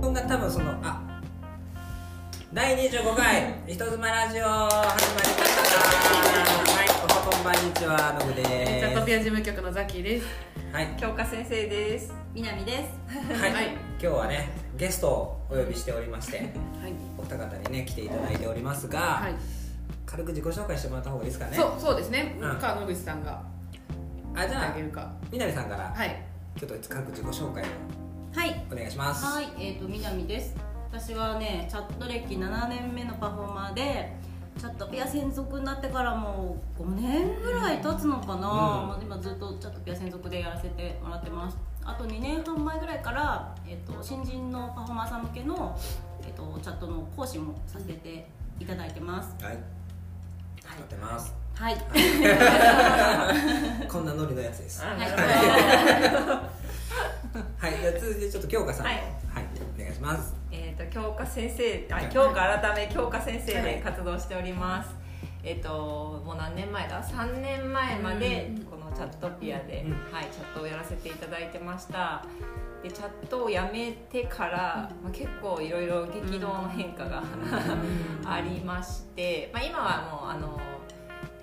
多分そのあ第25回人妻ラジオ始まりましたはいおはこんばんにちはのぶですチャトピア事務局のザキです。はい、京香先生です。南です。はいはい今日はねゲストをお呼びしておりましてはい。お二方にね来ていただいておりますが、はい。軽く自己紹介してもらった方がいいですかねそうそうですね。うんか野口さんがあじあゃあげるか。みなみさんから、はい。ちょっと軽く自己紹介をはい。お願いしますはい、えっ、と、南です。私はね、チャット歴7年目のパフォーマーで。チャットピア専属になってからもう5年ぐらい経つのかな、まあ今ずっとチャットピア専属でやらせてもらってますあと2年半前ぐらいから、えっと新人のパフォーマーさん向けの、えっとチャットの講師もさせていただいてますはい頑張ってますはいこんなノリのやつですはあなる いじゃあ続いてちょっと京香さんはいはい、お願いしますえっ、と教科先生、あはい教科改め教科先生はでい活動しております。えっ、ともう何年前だ？3年前までこのチャットピアで、うんはいチャットをやらせていただいてました。でチャットをやめてから、まあ、結構いろいろ激動の変化が、ありまして、まあ、今はもうあの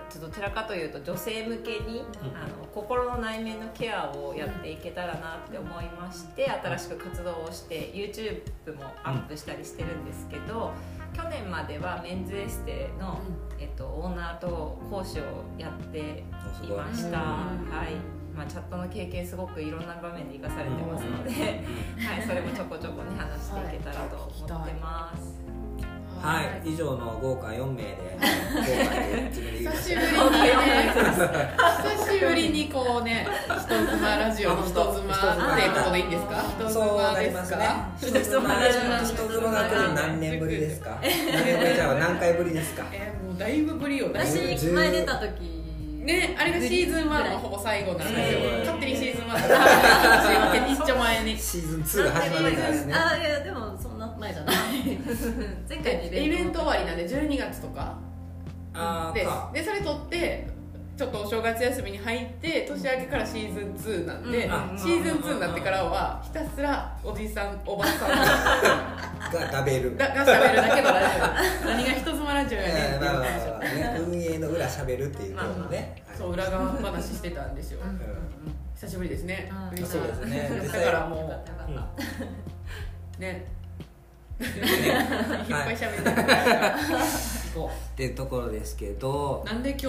ちょっと寺かというと女性向けに、うんあの心の内面のケアをやっていけたらなって思いまして新しく活動をして YouTube もアップしたりしてるんですけど、去年まではメンズエステの、えっと、オーナーと講師をやっておすいごいました、うんはいまあ、チャットの経験すごくいろんな場面で生かされてますので、はい、それもちょこちょこに話していけたらと思ってます。はい、以上の豪華4名で豪華で自分で言いま久ししぶりにね、久しぶりにこうね、人妻ラジオの人妻っていうことでいいんですか？た人そう妻なりでますすねか？人妻が人妻が来るの何年ぶりですか何年ぶりじゃあ何回ぶりですかえー、もうだいぶぶりよね。私前出た時ね、あれがシーズン1のほぼ最後なんですよ、えー勝手にシーズン1だった勝手に 一丁前にシーズン2が始まるからですねあいやでもそんな前じゃない 前回のでイベント終わりなんで12月とかあーでかでそれ取ってちょっとお正月休みに入って年明けからシーズン2なんで、うんシーズン2になってからはひたすらおじさんおばさんがが食べるが喋るだけのラジオ 何が人妻ラジオやねんえーっていまあうまあ話まあね運営の裏しゃべるっていうところねをそはう裏側話してたんですよいうん久しぶりですねうん藤井さんそうですね実際だからもよかっうんう ねいっぱはいい、喋ってたからこっていうところですけどうなんで今日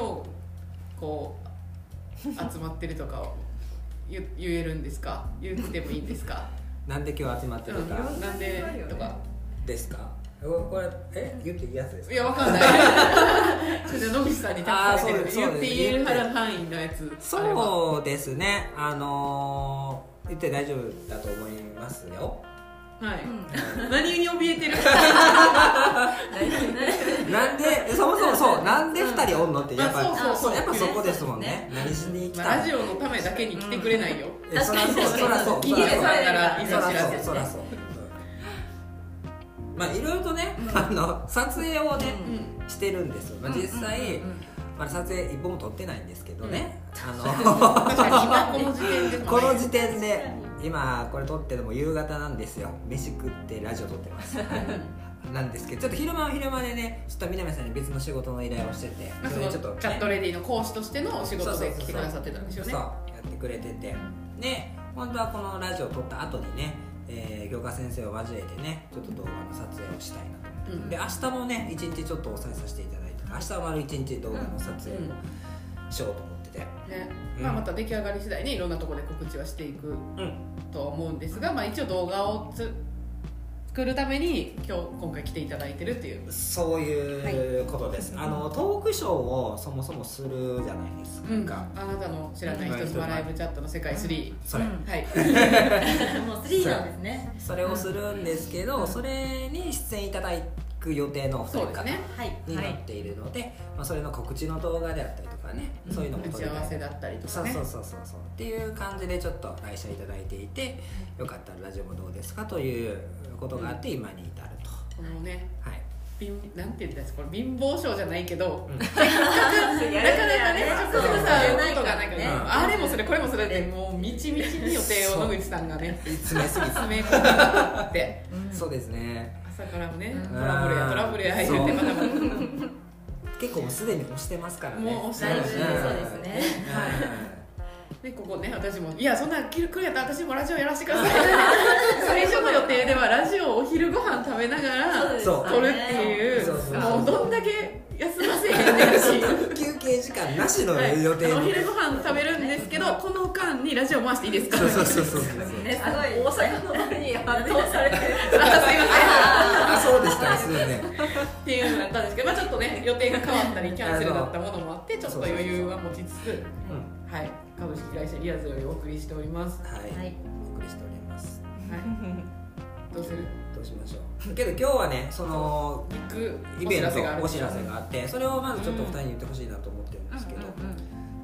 こう集まってるとかを言言えるんですか言ってもいいんですかなんで今日集まってるかうんなんでとかですかここれえ言っていいやつですいかやわかんない それじゃ野口さんに託されてるあーそうです言って言える範囲のやつあれはそうですねあのー、言って大丈夫だと思いますよはい、う何に怯え てるなんでそもそもそうなんで2人おんのってやっぱ、まあそうそうそうやっぱそこですもんね何しに来たまあラのジオのためだけに来てくれないよ、えそらそうそらそうギリさんならいそらざ知らせそうそらそううんまあいろいろとね、あの撮影をね、うんしてるんですよ、まあ、実際、うんうんうんまあ、撮影一本も撮ってないんですけどね、 あ確かに今この時点のでもこねの時点で今これ撮ってるのも夕方なんですよ飯食ってラジオ撮ってます はいなんですけどちょっと昼間は昼間でねちょっと南さんに別の仕事の依頼をしててまあ、そそれのでチちょっとね、ャットレディの講師としてのお仕事で来てくださってたんですよねそうやってくれててで本当はこのラジオを撮った後にね、えー、行先生を交えてねちょっと動画の撮影をしたいなと思って、うんで明日もね一日ちょっと抑えさせていただいて明日は丸一日動画の撮影をしようと思っててねうんまあ、また出来上がり次第にいろんなところで告知はしていくうんとは思うんですが、まあ、一応動画をつ作るために今日今回来ていただいてるっていう、そういうことです、あのトークショーをそもそもするじゃないですか、うん、あなたの知らない人妻ライブチャットの世界3、それ、うんはい、 もう3なんですねそれをするんですけど、それに出演いただく予定のお二そ人うでかすなねはいになっているので、まあ、それの告知の動画であったりとかね、そういうのも打撮ちり合たいわせだったりとそかうねそうそうそうそうっていう感じでちょっと来社いただいていてよかったらラジオもどうですかということがあって今に至ると、このねはい貧なんて言ったんですかこれ貧乏症じゃないけど、 うんせっかくなかなかねそう直接さそう言うことがなくて、ねあれもそれこれもそれでもうみちみちに予定そをう野口さんがね詰めすぎ詰め込んだってそうですね朝からもねうんトラブルやトラブルやそう言ってまだまだ結構もうすでに押してますからねもう押してだいぶますそうねですねでここね私も「いやそんな来るやったら私もラジオやらせてください」 最初の予定ではラジオをお昼ご飯食べながらそう撮るっていうそうそうもうどんだけ休ませへんねんし。うん休憩時間なしのはい、予定おに昼ご飯食べるんですけどこの間にラジオ回していいですかそうそうそうそうねすごい大阪の方に圧倒されてあるすいまあそうでしたですよねせんっていうのだったんですけど、まあ、ちょっとね予定が変わったりキャンセルだったものもあってちょっと余裕は持ちつつうんはい株式会社リアズよりお送りしておりますはい、はいお送りしておりますはいどうするどうしましょうけど今日はねその行くイおベ知ンらトせがあるお知らせがあってそれをまずちょっとお二人に言ってほしいなと思ってるんですけど、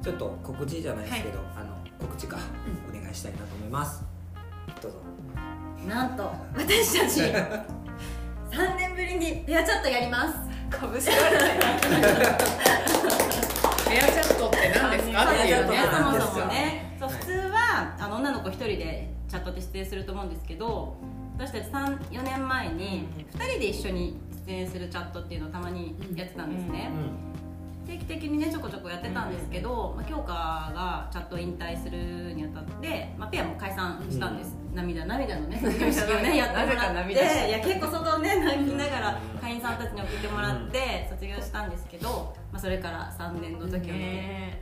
ちょっと告知じゃないですけど、あの告知か、お願いしたいなと思いますどうぞなんと私たち3年ぶりにペアチャットやりますかぶせられないエアチャットって何ですかっていやうねエアチャットそなんでもすよそもねそうはい普通はあの女の子一人でチャットで出演すると思うんですけど私たち34年前に2人で一緒に出演するチャットっていうのをたまにやってたんですね、うん定期的にねちょこちょこやってたんですけど、まあ、京香がチャットを引退するにあたって、まあ、ペアも解散したんです、涙涙のね卒業式をね やってもなぜからってい涙したや結構そこをね泣きながら会員さんたちに送ってもらって卒業したんですけど、まあ、それから3年の時を経て、ね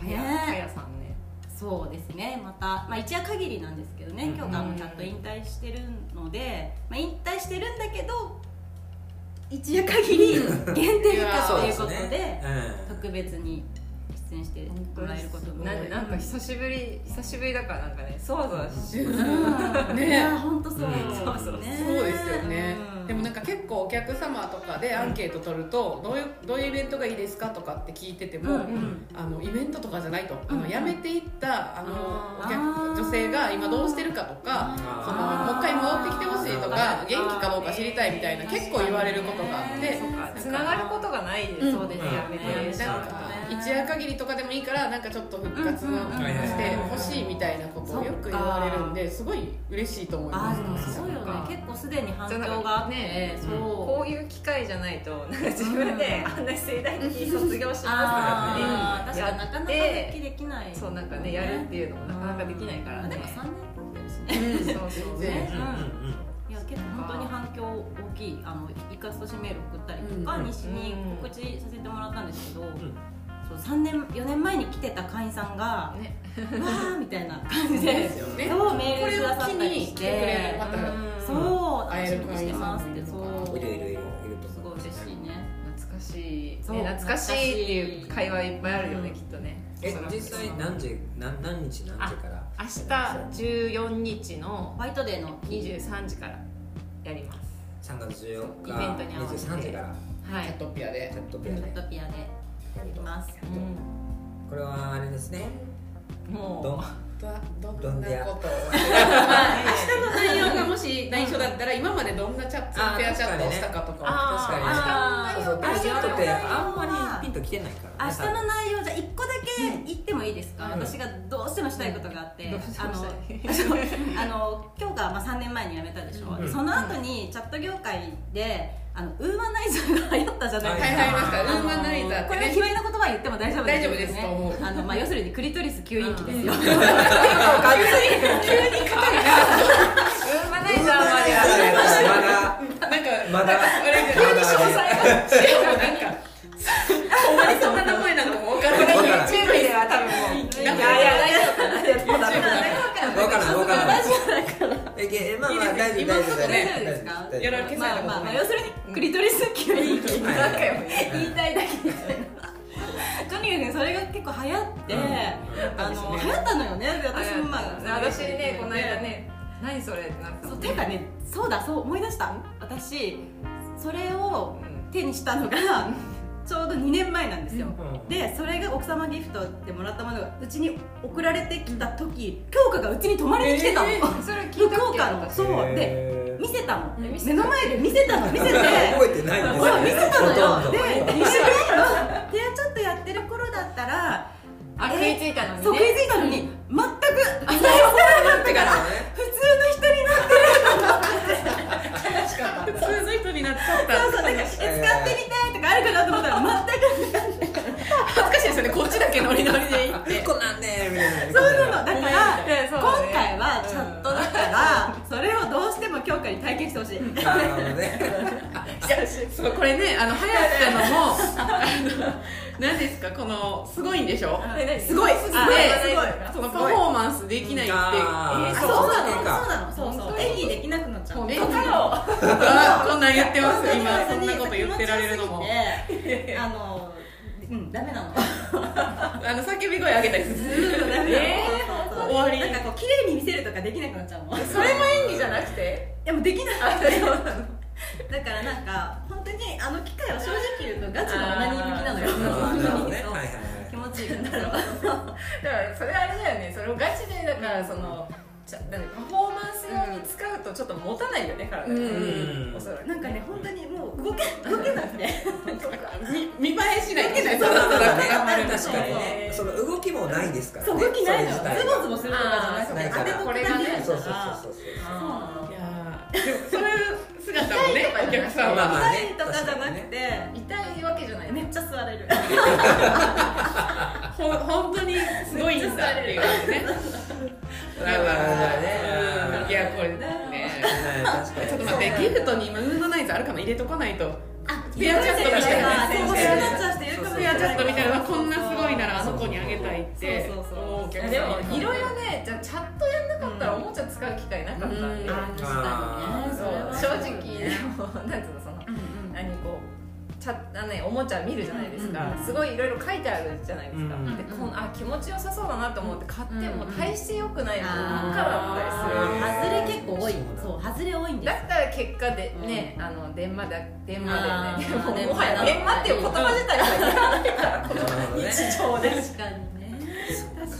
はねやはやさんねそうですねまた、まあ、一夜限りなんですけどねうん今日からもちゃんと引退してるので、まあ、引退してるんだけど一夜限り限定いやかーとそういでうすことでね特別に出演してもらえることになんなでるなんか久しぶり久しぶりだからなんかねそわそわしうんねいや本当そう、うんそうそうそうですよね、うんでもなんか結構お客様とかでアンケート取ると、どういうどういうイベントがいいですかとかって聞いてても、うんうんあのイベントとかじゃないと、あうのん辞めていったあのおあー客女性が今どうしてるかとかそのあもう一回戻ってきてほしいとかあー元気かどうか知りたいみたいな結構言われることがあっでて。つながることがないですそうですようんねうんなんか一夜限りとかでもいいからなんかちょっと復活うんうんうんしてほしいみたいなことをよく言われるんですごい嬉しいと思いあますーでもそうよねうん結構すでに反響があって、ねそうこういう機会じゃないとなんか自分であんなに盛大に卒業しますとかってあー確かになかなかやっ復て帰できないそうなんかねやるっていうのもなかなかできないかまらあでねも3年経ってるしねうんそうそう全ねうんうんうんいや結構本当に反響大きいあの一括としメール送ったりとか、うん西に告知させてもらったんですけど、んそう3年4年前に来てた会員さんが「ねわー」みたいな感じでですよねそうメーこルれくをださ機ったりにし来てくれてる方がそう会楽えしるみにしてますってそいろいろいうろいるとすご思いう嬉しいね懐かしい、ね、そう懐かしいっていう会話いっぱいあるよね、きっとねえおそらく実際何時何何日何時から明日14日のホワイトデーの日23時からやります3月14日イベントに合わせて23時からはキャいッ、トピアでチャットペチアャでットピアでやりますうこれはあれですねん、もどどどんんななこことを明日の内容がもし内緒だったら今までどんなチャットあーペアチャットをしたかとかを確かにねあーそうそう明日ペアチャットってやっぱあんまはりピンときてないから明ね日の内容じゃあ1個だけ言ってもいいですか、うん私がどうしてもしたいことがあって、どうしてあものしたいそうあの 今日がまあ3年前に辞めたでしょ、うんその後にチャット業界であのウーマンナイザーが流行ったじゃないはいではすいか、はいましたあウのーマンナイザーっこてれはね卑猥な言葉言っても大丈夫大丈夫ですと思うあの、まあ、要するにクリトリス吸引器ですよ、うん、マネージャーまであるなんかまだまだ俺がまだねしかもなんかほんまにそんな名前なのかも分からないわからん YouTube では多分もういいややいいやや大丈夫大丈夫だねわからんわからんえけまあまあ大丈夫大丈夫今のとこ大ね丈夫大丈夫ですか大丈やられ夫 てまあまあまあ要するにクリトリス吸引器なんかよ言いたいだけですとにかくそれが結構流行って、うんあの流行ったのよねで私もまあ私ねこの間ね何それってなったそのうていうかねそうだそう思い出した私それを手にしたのが ちょうど2年前なんですよ、うんでそれが奥様ギフトでもらったものがうちに送られてきた時京香岡がうちに泊まりに来てたの、えそれ聞いた福こと岡あのるそうでへー見せたの見せた目の前で見せたの見せ て覚えてないんですそう見せたのよほとんでど一緒にでちょっとやってる頃だったらあ食いついたのにねそう食いついたのに全く同じ方になってから普通の人になって普通の人になっちゃっそうたそうなんかえ使ってみたいとかあるかなと思ったら全く恥ずかしいですよねこっちだけノリノリ で行っ一て個なんねみたいなそうなのだからでそう今ね回はチャットだからそれをどうしても京香に体験してほしいなるほどねそうこれねあの流行ったのもあの何ですかこのすごいんでしょえ何すごいあすあですそごいのパフォーマンスできないってあーあそう なそうのそかうなのそうそうそう演技できなくなっちゃうもうえねこかあこんなん言ってます本当に今そ本当んになこと言ってられるのも気持ちよすぎてあのうんダメなのあの叫び声上げたりする えー終わりなんかこう綺麗に見せるとかできなくなっちゃうもんいそれも演技じゃなくてやもうできないだからなんか本当にあの機会は正直言うとガチのオナニー向きなのよあーなるほどねはいそうはい気持ちいいんだろうだからそれあれだよねそれをガチでだからそのちゃなんかパフォーマンス用に使うとちょっと持たないよね体がねうんおそらくなんかね本当にもう動け動けなくてみ見栄えしないみたいなそうだね固まる確かにねそその動きもないですからねそう動きないのよそれ自ズ体ボズボするとかじゃなくてあー当てとくだけだそうそかうそうらそうそうなのあいやーでもそういう姿もねお客さんまあまあはね痛いとかじゃなくて、ー痛いわけじゃないめっちゃ座れる。ほ本当にすごいんだっていうねまあまあねうんいやこれねはい確かにちょっと待ってギフトにムードナイズあるかな入れとかないとあ、ペアチャットみたいなねそうペアチャットしてるかもしれペないアチャットみたいなこんなすごいならあの子にあげたいってそうそうそう思うお客さんでもいろいろねじゃあチャットやんなかったらおもちゃ使う機会なかったんで、うんああそう正直でもなんつうのそのうん何こうチャあのねおもちゃ見るじゃないですか、うんすごいいろいろ書いてあるじゃないですか、うんでこんあ気持ちよさそうだなと思って買ってもうん大して良くないのばっかだったりするあハズレ結構多いそうだそうハズレ多いんでだすったら結果でね、あの電話で電話でねあーでももはや電話っていう言葉自体がいらないからこのなるほどね日常で確かにね確か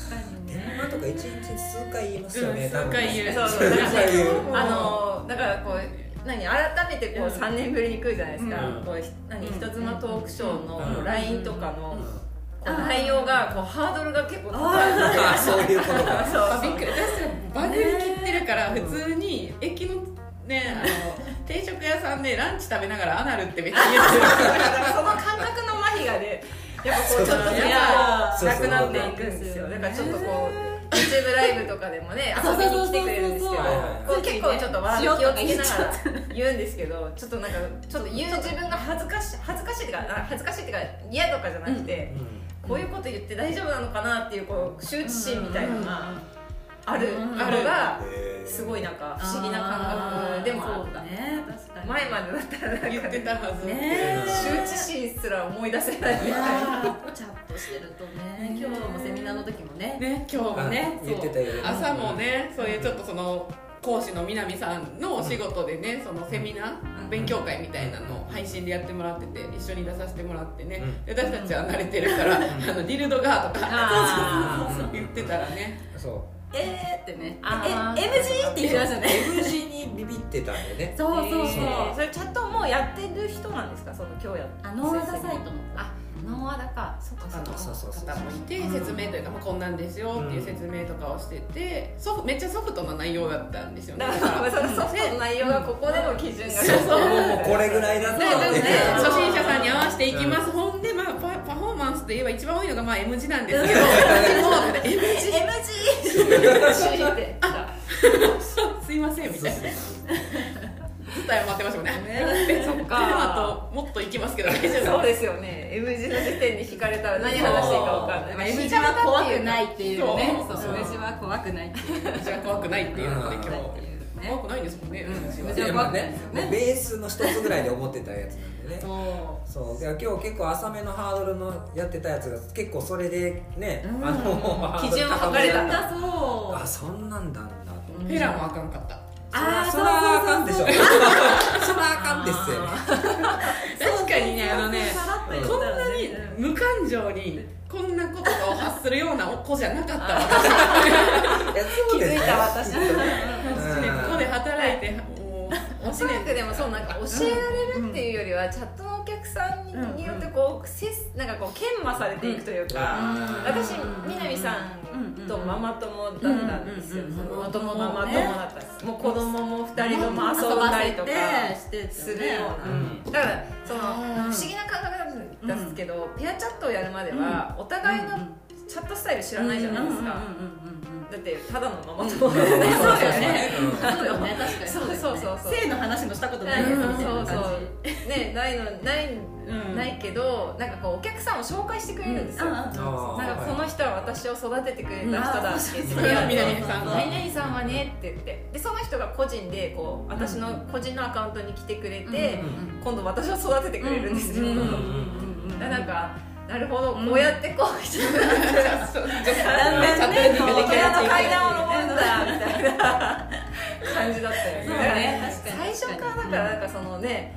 に電ね話とか一日数回言いますようねん多分数回言そう数そうだから回言うあのだからこう何改めてこう3年ぶりに来るじゃないですか、うんこうひ何うん一つのトークショーのうんこう LINE とかのうんこう内容がこうハードルが結構高いあそういうことかそうびっくり私たちバグに切ってるから普通に駅のねあの定食屋さんでランチ食べながらアナルってめっちゃ言ってるその感覚の麻痺がねやっぱこうちょっとずついやーなくなっていくんですよだからちょっとこう YouTube ライブとかでもね遊びに来てくれるんですけそうどそうこう結構ちょっと笑って気をつけなが塩とら言うんですけどちょっとなんかちょっと言う自分が恥ずかし恥ずかしいっていうかあ恥ずかしいっていうか嫌とかじゃなくて、うこういうこと言って大丈夫なのかなっていうこう羞恥心みたいなのがあるうんあるがんへーすごいなんか不思議な感覚でもあそっうただね確かに前までだったらなんか言ってたはず、ね羞恥心すら思い出せないいみたいな。やーチャットしてるとね今日もセミナーの時もねね今日もあね言ってたよねそう朝もねそういうちょっとその講師の南さんのお仕事でねそのセミナー勉強会みたいなのを配信でやってもらってて一緒に出させてもらってねうんで私たちは慣れてるからあのディルドガーとあーかそうそうそう言ってたらねそえーってねあーえ MG って言ってましたうね M 字にビビってたんでねそうそうそうそれチャットもうやってる人なんですかその今日やあノーアザサイトのあノーアだかそっかそっかそうそうそう方もいて説明というか、まあ、こんなんですよっていう説明とかをしててソフめっちゃソフトな内容だったんですよねだからそのソフトの内容がここでの基準がそうもうこれぐらいだったねのでもねで初心者さんに合わせていきます、ほんで、まあ、パパフォーマンスといえば一番多いのが、まあ、M 字なんですけどでも M え MG て 字すいませんみたいなずっと謝ってましたもんねそっであともっといき ますけど大丈そう夫ですよね M 字の時点で引かれたら何話していいか分かんないまあ M 字は怖くないいっていうねそうそう M 字は怖くないっていう私は怖くないっていうので今日うん怖くないんですもんね、うんうでもねねもうベースの一つぐらいで思ってたやつなんでねそうそうで今日結構浅めのハードルのやってたやつが結構それでね、うんあの基準を測れたハードル高めだっそうたあそんなんだんだとフェラもあかんかったあーそらあかんでし ょそらあかんですよ確かにねあのねさらっと言っこんたらなねに無感情にこんな言葉を発するような子じゃなかったわいやそうです教えられるっていうよりは、チャットのお客さんに,、うんよってこうせなんかこう研磨されていくというか、あ私うん南さんとママ友だったんですよ、うんうんうんママ友うんママ友だったんです、もう子供も2人とも遊んだりとかするような、うだからその不うん思議な感覚なんですけど、ペアチャットをやるまではお互いのチャットスタイル知らないじゃないですか、だってただのマ マ友だよね、そうだよねそうそうよよねね確かにそうだよねそうそうそう性の話もしたことないですみたいそうなそ感うねないのないじうんないけどなんかこうお客さんを紹介してくれるんですよ、あああなんかこの人は私を育ててくれた人だって言って、うんいやあーそうそうそう南さんの何々さんはねって言ってでその人が個人でこう私の個人のアカウントに来てくれて、今度私を育ててくれるんですよ、うんうんうんだからなんかなるほど、こうやってこう人がだんだんねこう親の階段を登るんだみたいな感じだったよねそうね確か最に初からだからなんかそのね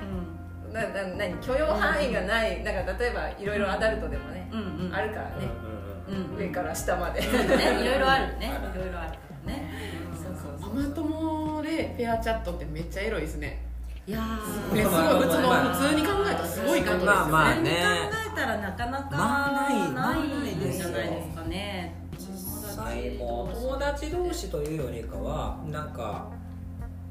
なな何許容範囲がない、なんか例えばいろいろアダルトでもね、うんうんうんあるからね、上から下まで、ねいろいろあるねいろいろあるねそうそうママ友でペアチャットってめっちゃエロいですねいやーねすごいまあまあ普通のまあ普通に考えたらすごいことですよね、まあまあね考えたらなかなまあないかないないんですじよゃないですかね実際も友達同士というよりかはなんか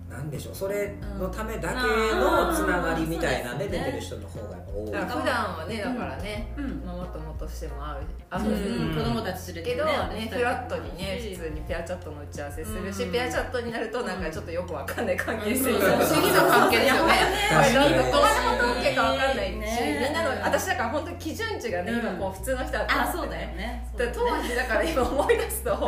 なんでしょうそれのためだけのつながりみたいなんで出てる人の方がやっぱ多いだから普段はねだからね、うんママ友としても会う会そううですうん子供たち連れてけどねフラットにねうん普通にペアチャットの打ち合わせするし、うんペアチャットになるとなんかちょっとよくわかんない関係そうそ性うが、不思議な関係ですよねこれ確かどにこまで本当 OK かわかんないし、ねみんなの私だから本当に基準値がね、今こう普通の人だったんあそうだよねだから当時だから今思い 出すとだか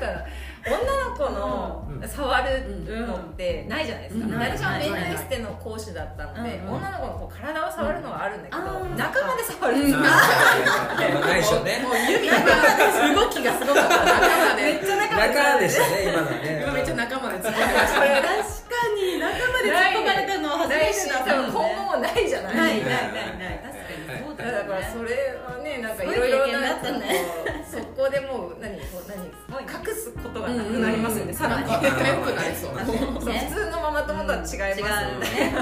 ら女の子のうん触るのってないじゃないですか、うん私はないメンないズエステの講師だったので、うん女の子のこう体を触るのはあるんだけど、うんあー仲間で触るんですよ、ないでしょうねもう指が動きがすごかった仲間 でじゃあ仲だ間からでしたね今の今めっちねゃ仲間で突っ込んでました 確かに仲間で突っ込まれたのは初なめいしてだ多った分今後もないじゃないないないないない確かにそうだだよからそねれはねなんかいろいろすごい経な験だったねこうそこでもう何こう何隠すことがなくなりますよね、さらに、うん仲良くなりそうねそう普通のママ友とは違いますよね、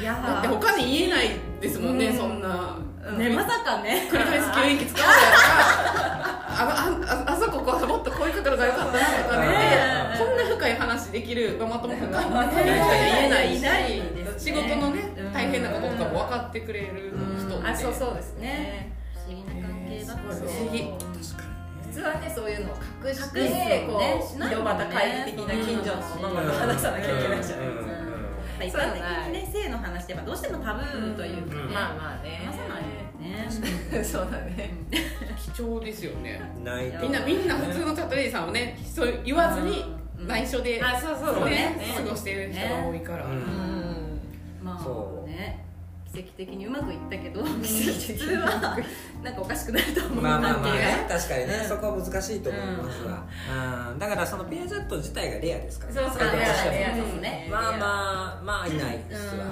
いやだってー他に言えないですもんね、うんそんな、うねんまさかね繰り返し吸引器使うからあのあああそこはもっと声かかればよかったなとかねねこんな深い話できるママ友深い人まあがね言えないしいないです仕ね事のねうん大変なこととかも分かってくれる人ってあそうそうですねね不思議な関係だった不ね思議普通はねそういうのを隠して隠すよねこしうないもんね広端会議的な近所のママと話さなきゃいけないじゃないですか、やっぱ一般的にね性の話ってやっぱどうしてもタブーというかねまあまあね話さないよね そうだね貴重ですよねないみんなみんな普通のチャットレイさんをねそう言わずにうん内緒で、あそうそうそうねね過ごしてる人が多いから、うんうんまそあうね奇跡的にうまくいったけど 奇跡的には なんかおかしくなると思うまあまあなまあっていうね確かにねそこは難しいと思いますがうんだからそのペアチャット自体がレアですからそうそう使い方としてもレアレアそうねまあまあまあいないですわ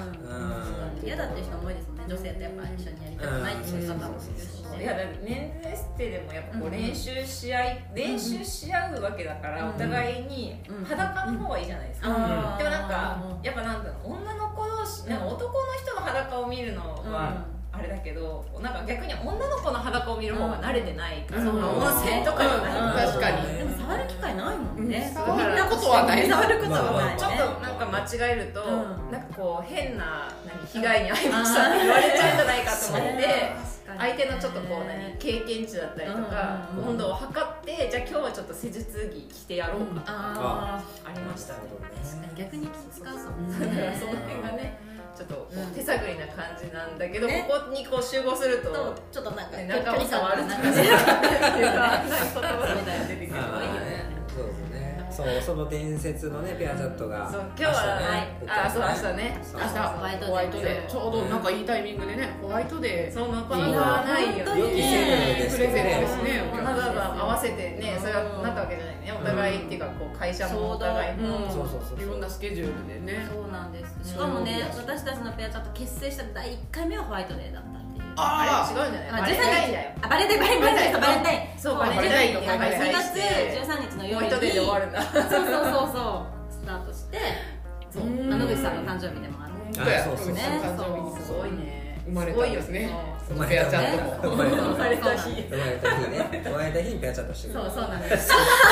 うん嫌だっていう人も多いですもんね女性とやっぱ一緒にやりたくないっていう方もいるしいやねだってメンズエステでもやっぱこううん練習し合い、練習し合うわけだから、うんお互いにうん裸の方がいいじゃないですか、あーでもなんか、やっぱなんだろう女の子同士なんか男の人の裸を見るのはあれだけど、なんか逆に女の子の裸を見る方が慣れてない、うんその温泉とかじゃない、うん確かにでも触る機会ないもんね触ることはない触ることはないねちょっとなんか間違えると、うんなんかこう変な何被害に遭いましたって言われちゃうんじゃないかと思って相手のちょっとこう何経験値だったりとか、うん温度を測ってじゃあ今日はちょっと施術着着てやろうか、あありましたねあ逆に気使うかもだからねその辺がねちょっとこううん手探りな感じなんだけど、ねここにこう集合するととちょっとなんかね仲を触るとか距離ね感が言 わない言葉みたいなの出てくるまあまあねそうですねそうその伝説のねペアチャットがそう今日は、明日ねあそう明日ねそう朝ホワイトデーホワイトデーちょうどなんかいいタイミングでねホワイトデーそうなかなかない本よ当にね良きセグウェイですプレゼントですねわざわざ合わせてねそれはなったわけじゃないねお互いっていうかこう会社もお互いもうんそうそうそういろんなスケジュールでねそうなんですしかもね私たちのペアチャット結成した第1回目はホワイトデーだったっていうああれ違うんじゃないあバレないんだよあバレンタインバレンタインそうバレンタインそうバレンタインとかバレンタイン開催して2月13日のホ夜ワにイトデーで終わるんだそうそうそうそうスタートしてそううん野口さんの誕生日でもあって本当やそうそうねそうすごいね生まれたんですね生まペれたアちゃんと生もまれたそう生生ままれれた日た日た日ね生まれた日にペアチャットしてくそるうそうなんです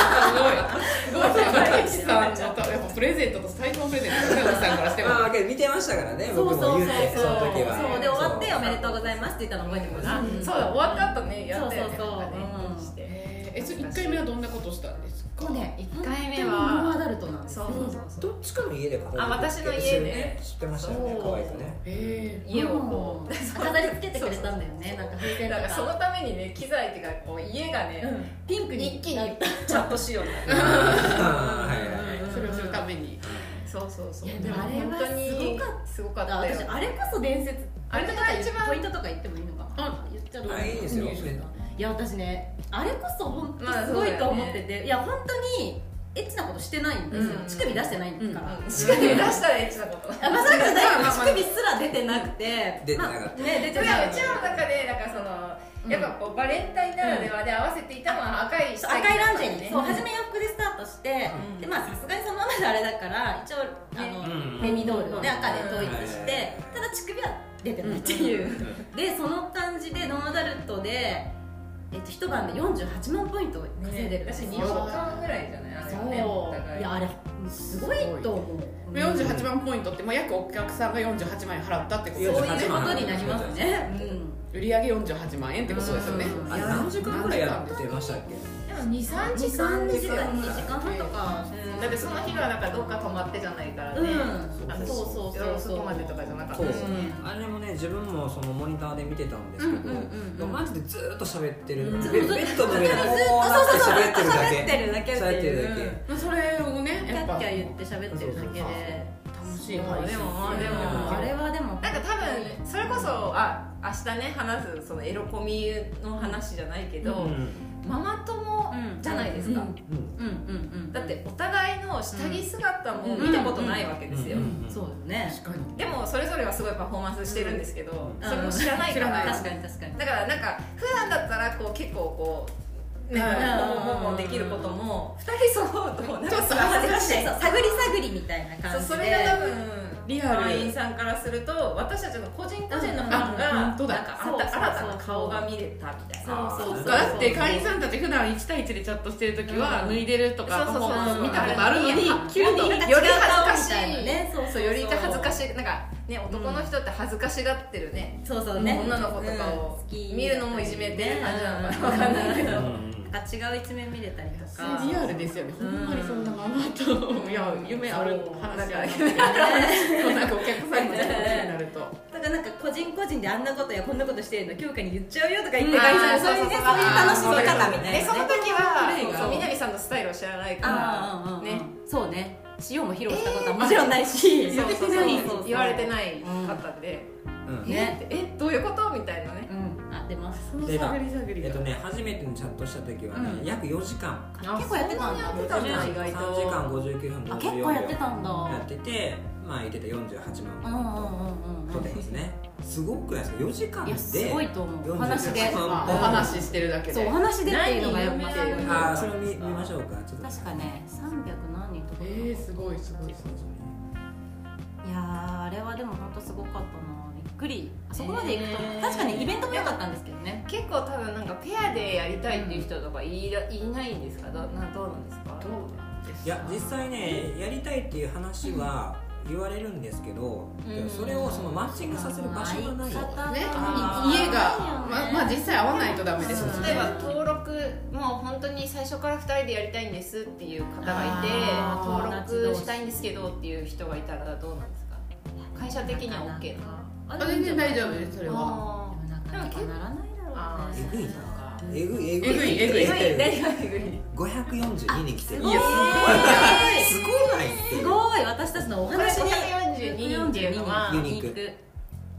すごいすごい野口さんのやっぱプレゼントと最高のプレゼントだね野口さんからしてもまあけど見てましたからねそう僕そうもそう言うてその時はそうで終わってそうおめでとうございますって言ったの覚えてますあうんそうだ終わった後ねやったよねそうそうそうなんかねうんしてえーえそれ一回目はどんなことしたんですかもうね一回目本は当にノンアダルトなんですよそうそうそうどっちかの家でこうあ私の家で知ってましたよねそう可愛く ねえ家をこううん飾り付けてくれたんだよねなんか風船となんかそのかためにね機材っていうかこう家がね、うんピンクに一気にチャットしようになっあーはいはいはいーそれをするためにそうそうそういやでもあれは本当にすごかったよ私あれこそ伝説あれが一番ポイントとか言ってもいいのかな言っちゃうのあいいですよいいや私ねあれこそ本当まあすごいと思ってて、いや本当にエッチなことしてないんですよ、うん乳首出してないから、うんしかも出したらエッチなことうあまあそれこそまあまあ大まあ乳首すら出てなくて出てなかったまあね出ちのてなかった中でなんかその、やっぱこうバレンタインならではで合わせていたのは赤いそう赤いランジェリー、ねそう初め洋服でスタートして、うんでまあさすがにそのままであれだから一応あの、うんベニドールで赤でうん統一して、うただ乳首は出てないっていう、でその感じでノンアダルトで、えっと、一晩で48万ポイント稼いでるんです私よ2週間ぐらいじゃないあれはねおそう互いやあれすごいと思ううん48万ポイントって、まあ、約お客さんが48万円払ったってことですそうよいねうことになりますね、うん売上48万円ってことですよねうんあれ何時間ぐらいやってましたっけでも23時間23時間うん2時間半とか、だってその日はなんかどっか泊まってじゃないからうね、んあそうのそうそうそこまでとかじゃなかっそうたしあれもね自分もそのモニターで見てたんですけど、うんうんうんうんでもマジでずーっと喋ってる、うんベベッドの上でこうなあってそうそうそう喋ってるだけ喋ってるだけっていう喋ってるだけ、まあ、それをねキャやっッぱキャ言っ楽て喋ってるだけそうそうでそうしい配信でもまあでもあれはでもなんか多分それこそあ明日ね話すそのエロコミの話じゃないけど、うんママ友じゃないですか、ううんんうんうんうんだってお互いの下着姿も見たことないわけですよ、うんうんそうよね確かにでもそれぞれはすごいパフォーマンスしてるんですけど、うんそれも知らないからうん確かに確かにだからなんか普段だったらこう結構こうねうんボンボンボンボンできることも2人揃うとなんかちょっと恥ずかしいそう探り探りみたいな感そうじでそれが多分リアル会員さんからすると私たちの個人個人のファンうんあがなん本当だかあそうそうたそう新たな顔が見れたみたいなそうそうそうだって会員さんたち普段1対1でチャットしてる時はうん脱いでるとかそうそうそうパフォーマンス見たことあるのにあ急になんかより恥ずかしいねそうそうより恥ずかいしいなんかね男の人って恥ずかしがってるね、そうそうね女の子とかをうん見るのもいじめてる感じなのかなうんわかんないけどうんなんか違う一面見れたりとかリアルですよねほんまにそんなままといや夢ある話がそう なんかお客さんの気持ちになるとだからなんか個人個人であんなことやこんなことしてるの京香に言っちゃうよとか言っうてん会社あーそういうねそうそそうういう楽しみ方みたいでなそのね時はそそううみなみさんのスタイルを知らないあーかうんうんうらんねそうね塩も披露したことはもちろんないしそう そ言っうてないそう言われていないかったんで、うんんええどういうことみたいなねうんあ出ますその探り探りえっがとね初めてのチャットした時はね、うん約4時間結構やってたんだそんなにやってたんだ意外3と時間59分54秒あ結構やってたんだやっててまあ言ってた48うんうん万うんポイント取ってうますねすごくないですか4時間んいでやすごいと思うお話で48お万話してるだけそうでお話でっていうのがやっぱ何人有名なああそれ見見ましょうかちょっと確かね300何人とかえー、すごいすごいすごいいやーあれはでも本当すごかったなびっくりあそこまで行くと、えー確かにイベントも良かったんですけどね結構多分なんかペアでやりたいっていう人とかいらいないんですかどなどうなんですかどうなんですかいや実際ねやりたいっていう話は言われるんですけど、うんでもそれをそのマッチングさせる場所がない、ね、あー家が、ままあ実際会わないとダメですもん例えばね登録もう本当に最初から2人でやりたいんですっていう方がいてあー登録したいんですけどっていう人がいたらどうなんですか会社的には OK なのああ全然大丈夫ですそれはあでもなかなかならないだろうあえねぐいーなかえぐいえぐいえぐいえぐえいぐい何がえぐい542に来てるいいやす すごないってごいすごい私たちのおこれ話に542人っていうのはユニーク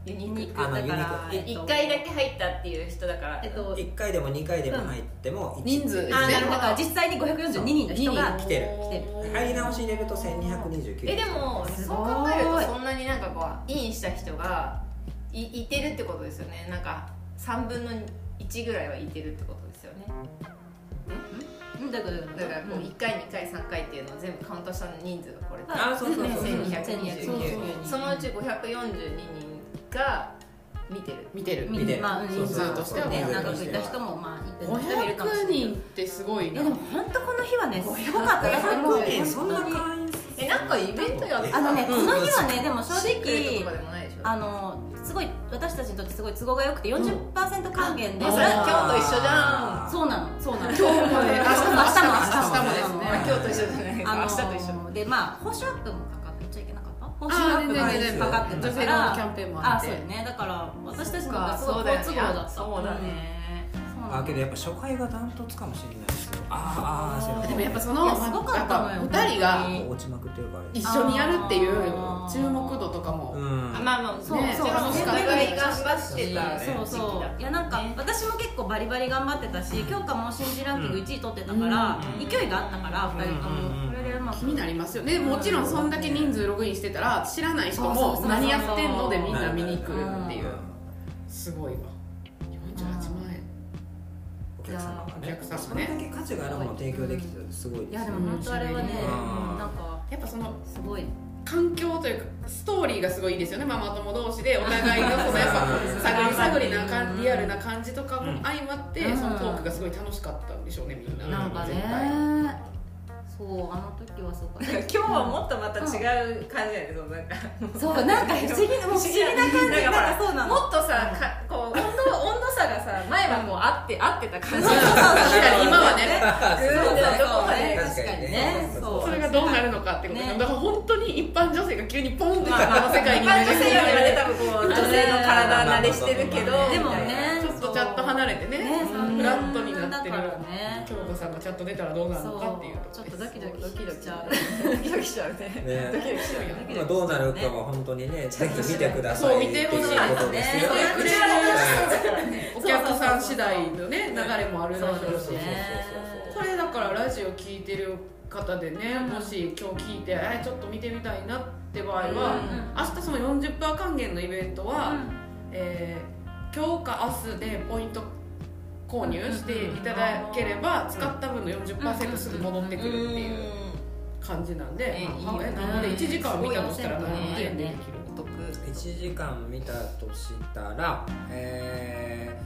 ユニークあのだからユニ1回だけ入ったっていう人だからえっと1回でも2回でも入っても一人数ですねあーなるほどだから実際に542人の人が来てる来てる入り直し入れると1229えでもすそうごい考えるとそんなになんかこうインした人がいいてるってことですよねなんか3分の1ぐらいはいてるってことですよねだからだだからこう1回2回3回っていうのを全部カウントした人数がこれであそうそうそう1229そのうち542人が見てる見てる見て見てるまあうんそうそうそうまあとしてはね見てる長くいた人もまあ一分の人もいるかもしれ500ない人ってすごいいなやでも本当この日はねすごかっただってもう500人そんな会員えなんかイベントやったあのねこうんの日はねでも正シークレットとか直でもないでしょあのすごい私たちにとってすごい都合が良くて40%還元であそれは今日と一緒じゃそうなのそうなの今日もね明日も明日もです明ね日も今日と一緒じゃないですあのー明日と一緒でまあ報酬アップもかかっちゃいけなかった報あ酬アッープ全が然全然かかってた女性かのキャらンペーンもああってそうよねだから私たちの方がすごい好都合だったそうだねそうなあのけどやっぱ初回がダントツかもしれないですけどあーあーでもやっぱそいのやすごかったのよやっぱお二人がぱ落ちまくってるから一緒にやるっていうあー注目度とかも、うんあまあまあそうねそう楽しかったお互い頑張ってたねそうそういやなんか私も結構バリバリ頑張ってたし京香も新人ランキング1位取ってたからうん勢いがあったから2人とうんもそれでうま気くになりますよねもちろんそんだけ人数ログインしてたら知らない人そうそうもそう何やってんのでみんな見に来るうんっていうすごいわ48万円お客様がねいやお客様ねそれだけ価値があるものを提供できてるってすごいいですやよでねも本当あれはねうんなんかやっぱそのすごい環境というかストーリーがすごいいいですよねママ友同士 でお互いのそのやっぱうん探り探りなう感んリアルな感じとかも相まってうんそのトークがすごい楽しかったんでしょうねみんななんか絶対ねそうあの時はそう か今日はもっとまた違う感じやけどなんかそうなんか 不思議なもう不思議な感じなんかほらなんかそうなのもっとさかこう温度温度差がさ前はもうあって合ってた感じが確かに今はねグーンとどこまで確かにね確かにねそうそれがどうなるのかってこと、ねだから本当に一般女性が急にポンってさこの世界にまあ入女れて性よりはね多分こう女性の体慣れしてるけどでもみたいなねちょっとチャット離れてねねそうフラットになってるだからね京子さんがチャット出たらどうなるのかっていうそうちょっとだけドキドキしちゃうドキドキしちゃうねねドキドキしちゃうよねまあどうなるかは本当にねぜひ見てくださいそう見てほしいっていうことですよ見てくれるはいお客さん次第のね流れもあるだろうしそうそうこれだからラジオ聞いてる方でねもし今日聞いてえちょっと見てみたいなって場合は、うん明日その40%還元のイベントは、うんえー今日か明日でポイント購入していただければ使った分の40%すぐ戻ってくるっていう感じなんでねいいまよあねなので1時間見たとしたらすごい何円でできるお得1時間見たとしたらえ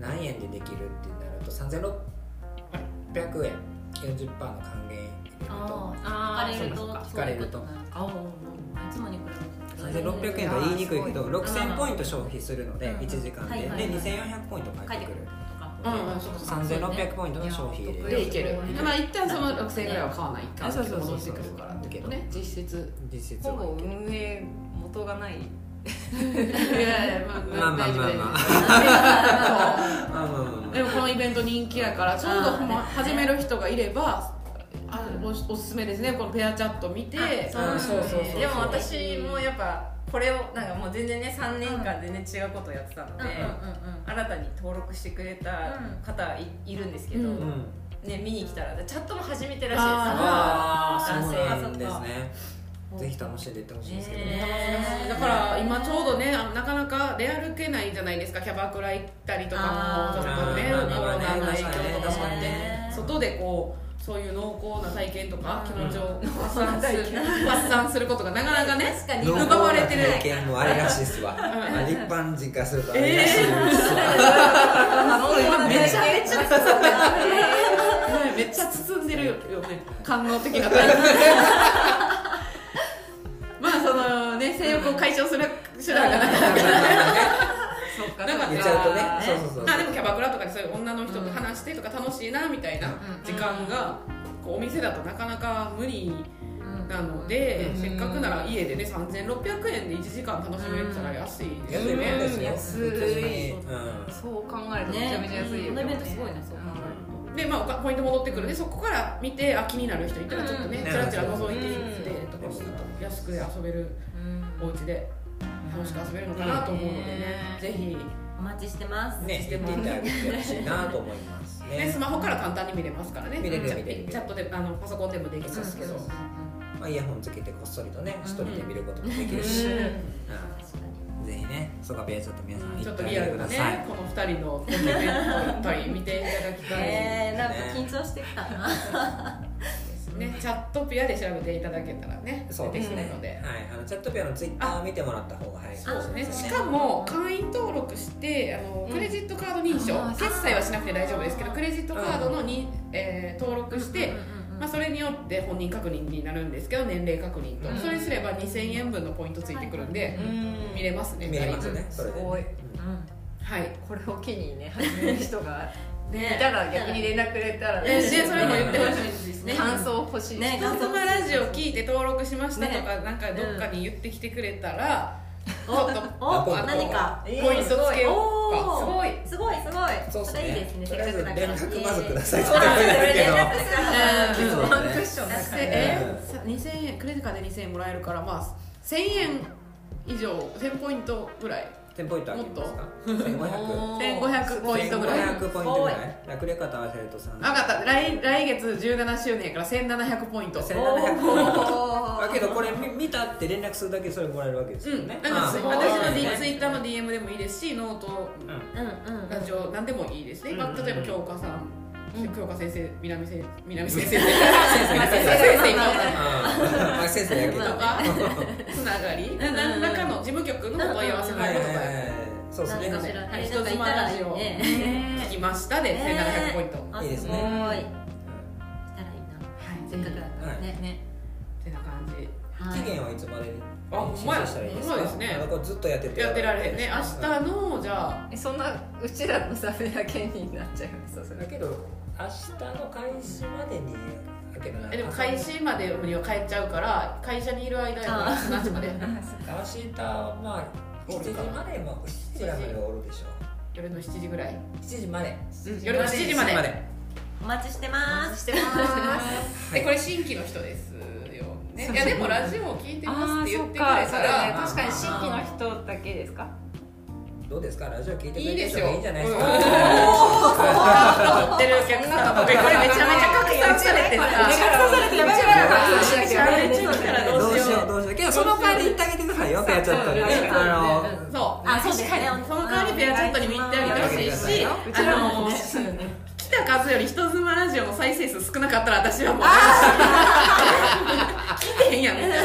ー何円でできるってなると3600円40%の還元入れるとあああ引かれるとそうかそういうこと引かなのかああいつもに比べて3600円とは言いにくいけどあ6000ポイント消費するのでうん1時間はいではいで2400ポイント返ってくるとかうんうんそうそう3600ポイントの消費入れでるいけるうんだから一旦その6000円ぐらいは買わないかあらそうそうそう戻ってくるからってことね実質実質ほはぼ運営元がないいやいやままあまあまあ まああまあまあまあまあでもこのイベント人気やからちょうどほんま始める人がいればあおすおすすめですねこのペアチャット見てあそうそうそうそうでも私もやっぱこれをなんかもう全然ね3年間全然違うことをやってたので、新たに登録してくれた方い,、るんですけど、うんうんね見に来たらでチャットも初めてらしいですああ男そう性なんですねぜひ楽しんでいってほしいんですけどねだから今ちょうどねあのなかなか出歩けないじゃないですかキャバクラ行ったりとかあもーちょっとねあーコロナの影響とかもあっねて外でこうそういう濃厚な体験とか気うん持ちを発散する発散することがなかなかね確かに濃厚奪われてるな経験もあれらしいですわあ一般人化するとあれらしいえですわ ーめちゃめちゃめねめっちゃ包んでるよね官能的な体験まあそのね性欲を解消する手段がなかったなかった言っちゃうとねそうそうそうあでもキャバクラとかでそういう女の人と話してとか楽しいなみたいな時間がこうお店だとなかなか無理なので、うんせっかくなら家でね3600円で1時間楽しめたら安いで安いもすんでね、すよ安い確かにうんそう考えるとめちゃめちゃ安いねよこのイベントすごいねそう考でまあおかポイント戻ってくるんでそこから見てあ気になる人いたらちょっとねうんちらちら覗いていってうんとかすると安くで遊べるお家で楽しく遊べるのかなと思うのでねねぜひお待ちしてますねしてっていただけてほしいなと思いますねねスマホから簡単に見れますからね見れるチャ見れるチャットであのパソコンでもできますけどまあイヤホンつけてこっそりとね一人で見ることもできるしうんうんぜひねソカピアちょっと皆さんち行ょっってとあリげアてルくなださい、ねこの二人のイベントをいっぱい見ていただきたいでえー、なんか緊張してきたな、すねチャットピアで調べていただけたらねそうで出てすくねるので、はい、あのチャットピアのツイッター見てもらった方が早いそうですね、ですねしかも会員登録してあのクレジットカード認証、うん決済はしなくて大丈夫ですけどクレジットカードのに、えー登録して、まあ、それによって本人確認になるんですけど年齢確認と、うんそれすれば2000円分のポイントついてくるんで、うん見れますね見れますねうんそれで、すごいね、うんはいこれを機にね始める人が いねたら逆に連絡くれたらえーねそれも言ってほしいです感想欲しいね人様ラジオ聞いて登録しましたとか、なんかどっかに言ってきてくれたら、ちょっとおあ何かえーポイントつけようか、おすごいすごいすごいそうですれいいねですねとせっりあえかずくだ連絡まからずくださいえーとか言えないけど、うんそうワンクッションだだかかららえーさ2000円クレジカードで2000円もらえるからまあ1000円以上1000ポイントぐらい1000ポイントあげますか1500 1500ポイントぐらい1500ポイントぐらいラクレカと合わせると3分かった来来月17周年やから1700ポイント1700だけどこれ見見たって連絡するだけそれもらえるわけですうよん、なねん、かすあごいあ私のそう D ですツイねッターの DM でもいいですしノートうんうんうんラジオ何でもいいですね、うんまあ、例えば京香さん、うん京香先生南先南 先生先生先生あまあ先生やけとどかつながり な何らかの事務局のお問い合わせのこはいとはいはいかはいそうです何かねしらはいね人妻ラジオね聞きましたで1700ポイント、あいいですねごいしたらいういんなはいせっかくだからねねってな感じはい期限はいつまでにあほん申まや請したらいいですかほんまですねあのこれずっとやっててやってられへんね明日のじゃあえそんなうちらのサメだけになっちゃいますよそれだけど明日の開始までにだけどなえでも開始までには帰っちゃうから会社にいる間やからあ何時まで明日まあ7時までも7時ぐらいまではおるでしょう夜の7時ぐらい7時まで夜の7時までお待ちしてますしてますはいでこれ新規の人ですよねそういやでもラジオ聞いてますって言ってくれたねら確かに新規の人だけですかどうですかラジオ聞いてくいれいてる人ですよがいいんじゃないですうんおかー売ってるお客さんとかこれめちゃめちゃ拡散されてめちゃくちさゃされてるめちゃくちゃされてるどうしようどうしようけどその代わり言ってあげてくださいよペアチャットにねそうあうんのそうあそうですねその代わりペアチャットに見てあげてほしいしうちらあものね来た数より人妻ラジオの再生数少なかったら私はもう聞いてへんやんみたいな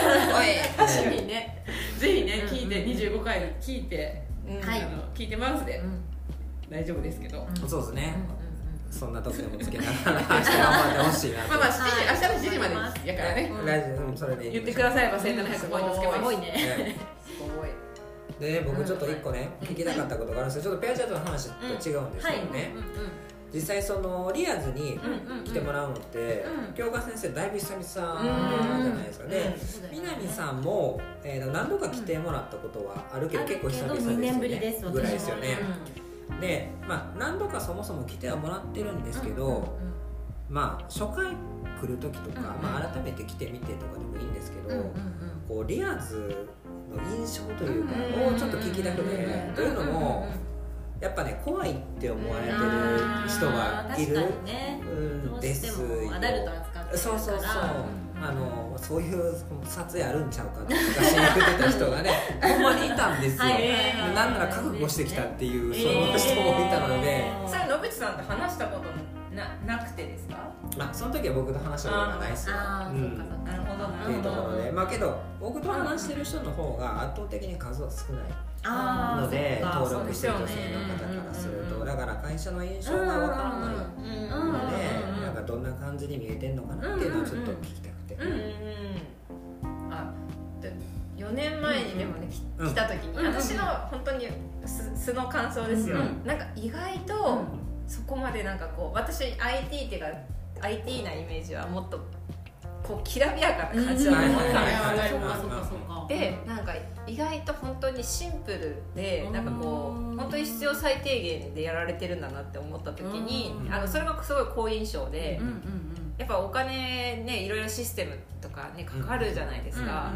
確かにねぜひね聞いて25回聞いてはあいの聞いてますで大丈夫ですけどそうですねそんな特典もつけながら明日頑張ってほしいなまあまあ7時は明い日の7時までやからねとラジオもそれでいい言ってくだされば1700ポイントつけますごいねねで僕ちょっと一個ね聞きたかったことがあるんですけどちょっとペアチャットの話と違うんですはけいどね実際そのリアーズに来てもらうのってうん京香先生だいぶ久々じゃないですかね南さんも、えーと、何度か来てもらったことはあるけど、うん結構久々ですよあるねけど二年ぶりです私もぐらいですよね、で、まあ、何度かそもそも来てはもらってるんですけど、まあ初回来る時とか、うんまあ、改めて来てみてとかでもいいんですけど、こうリアーズの印象というかうんをちょっと聞きたくて、というのも、やっぱね怖いって思われてる人がいる確かにねどんうでしてすもアダルト扱ってるそうそうそう、からあのそういう撮影あるんちゃうかとかしに来てた人 がねほんまにいたんですよ、はいはいなんなら覚悟してきたっていう、えーその人もいたので、それ野口さんと話したことななくてですかまあ、その時は僕と話したことがないですよああうんそうかそうかなるほどっていうところで、うんまあけど僕と話してる人の方が圧倒的に数は少ないああのであー登録してるそう女です性よねの方からするうんうんうとんだから会社の印象がわからないのうんうんうんうんでなんかどんな感じに見えてんのかなっていうのをちょっと聞きたくて、うんあで4年前にでもね、きうん来た時に、うん私の本当に素素の感想ですよ、うなんか意外とそこまでなんかこう私 IT っていうか IT なイメージはもっとこうきらびやかな感じだと思っはいたはんいではいはいそうかそうそうかすでなんか意外と本当にシンプルでなんかこううん本当に必要最低限でやられてるんだなって思った時にうんあのそれがすごい好印象でうんうんうんやっぱお金ねいろいろ調システムとかねかかるじゃないですか、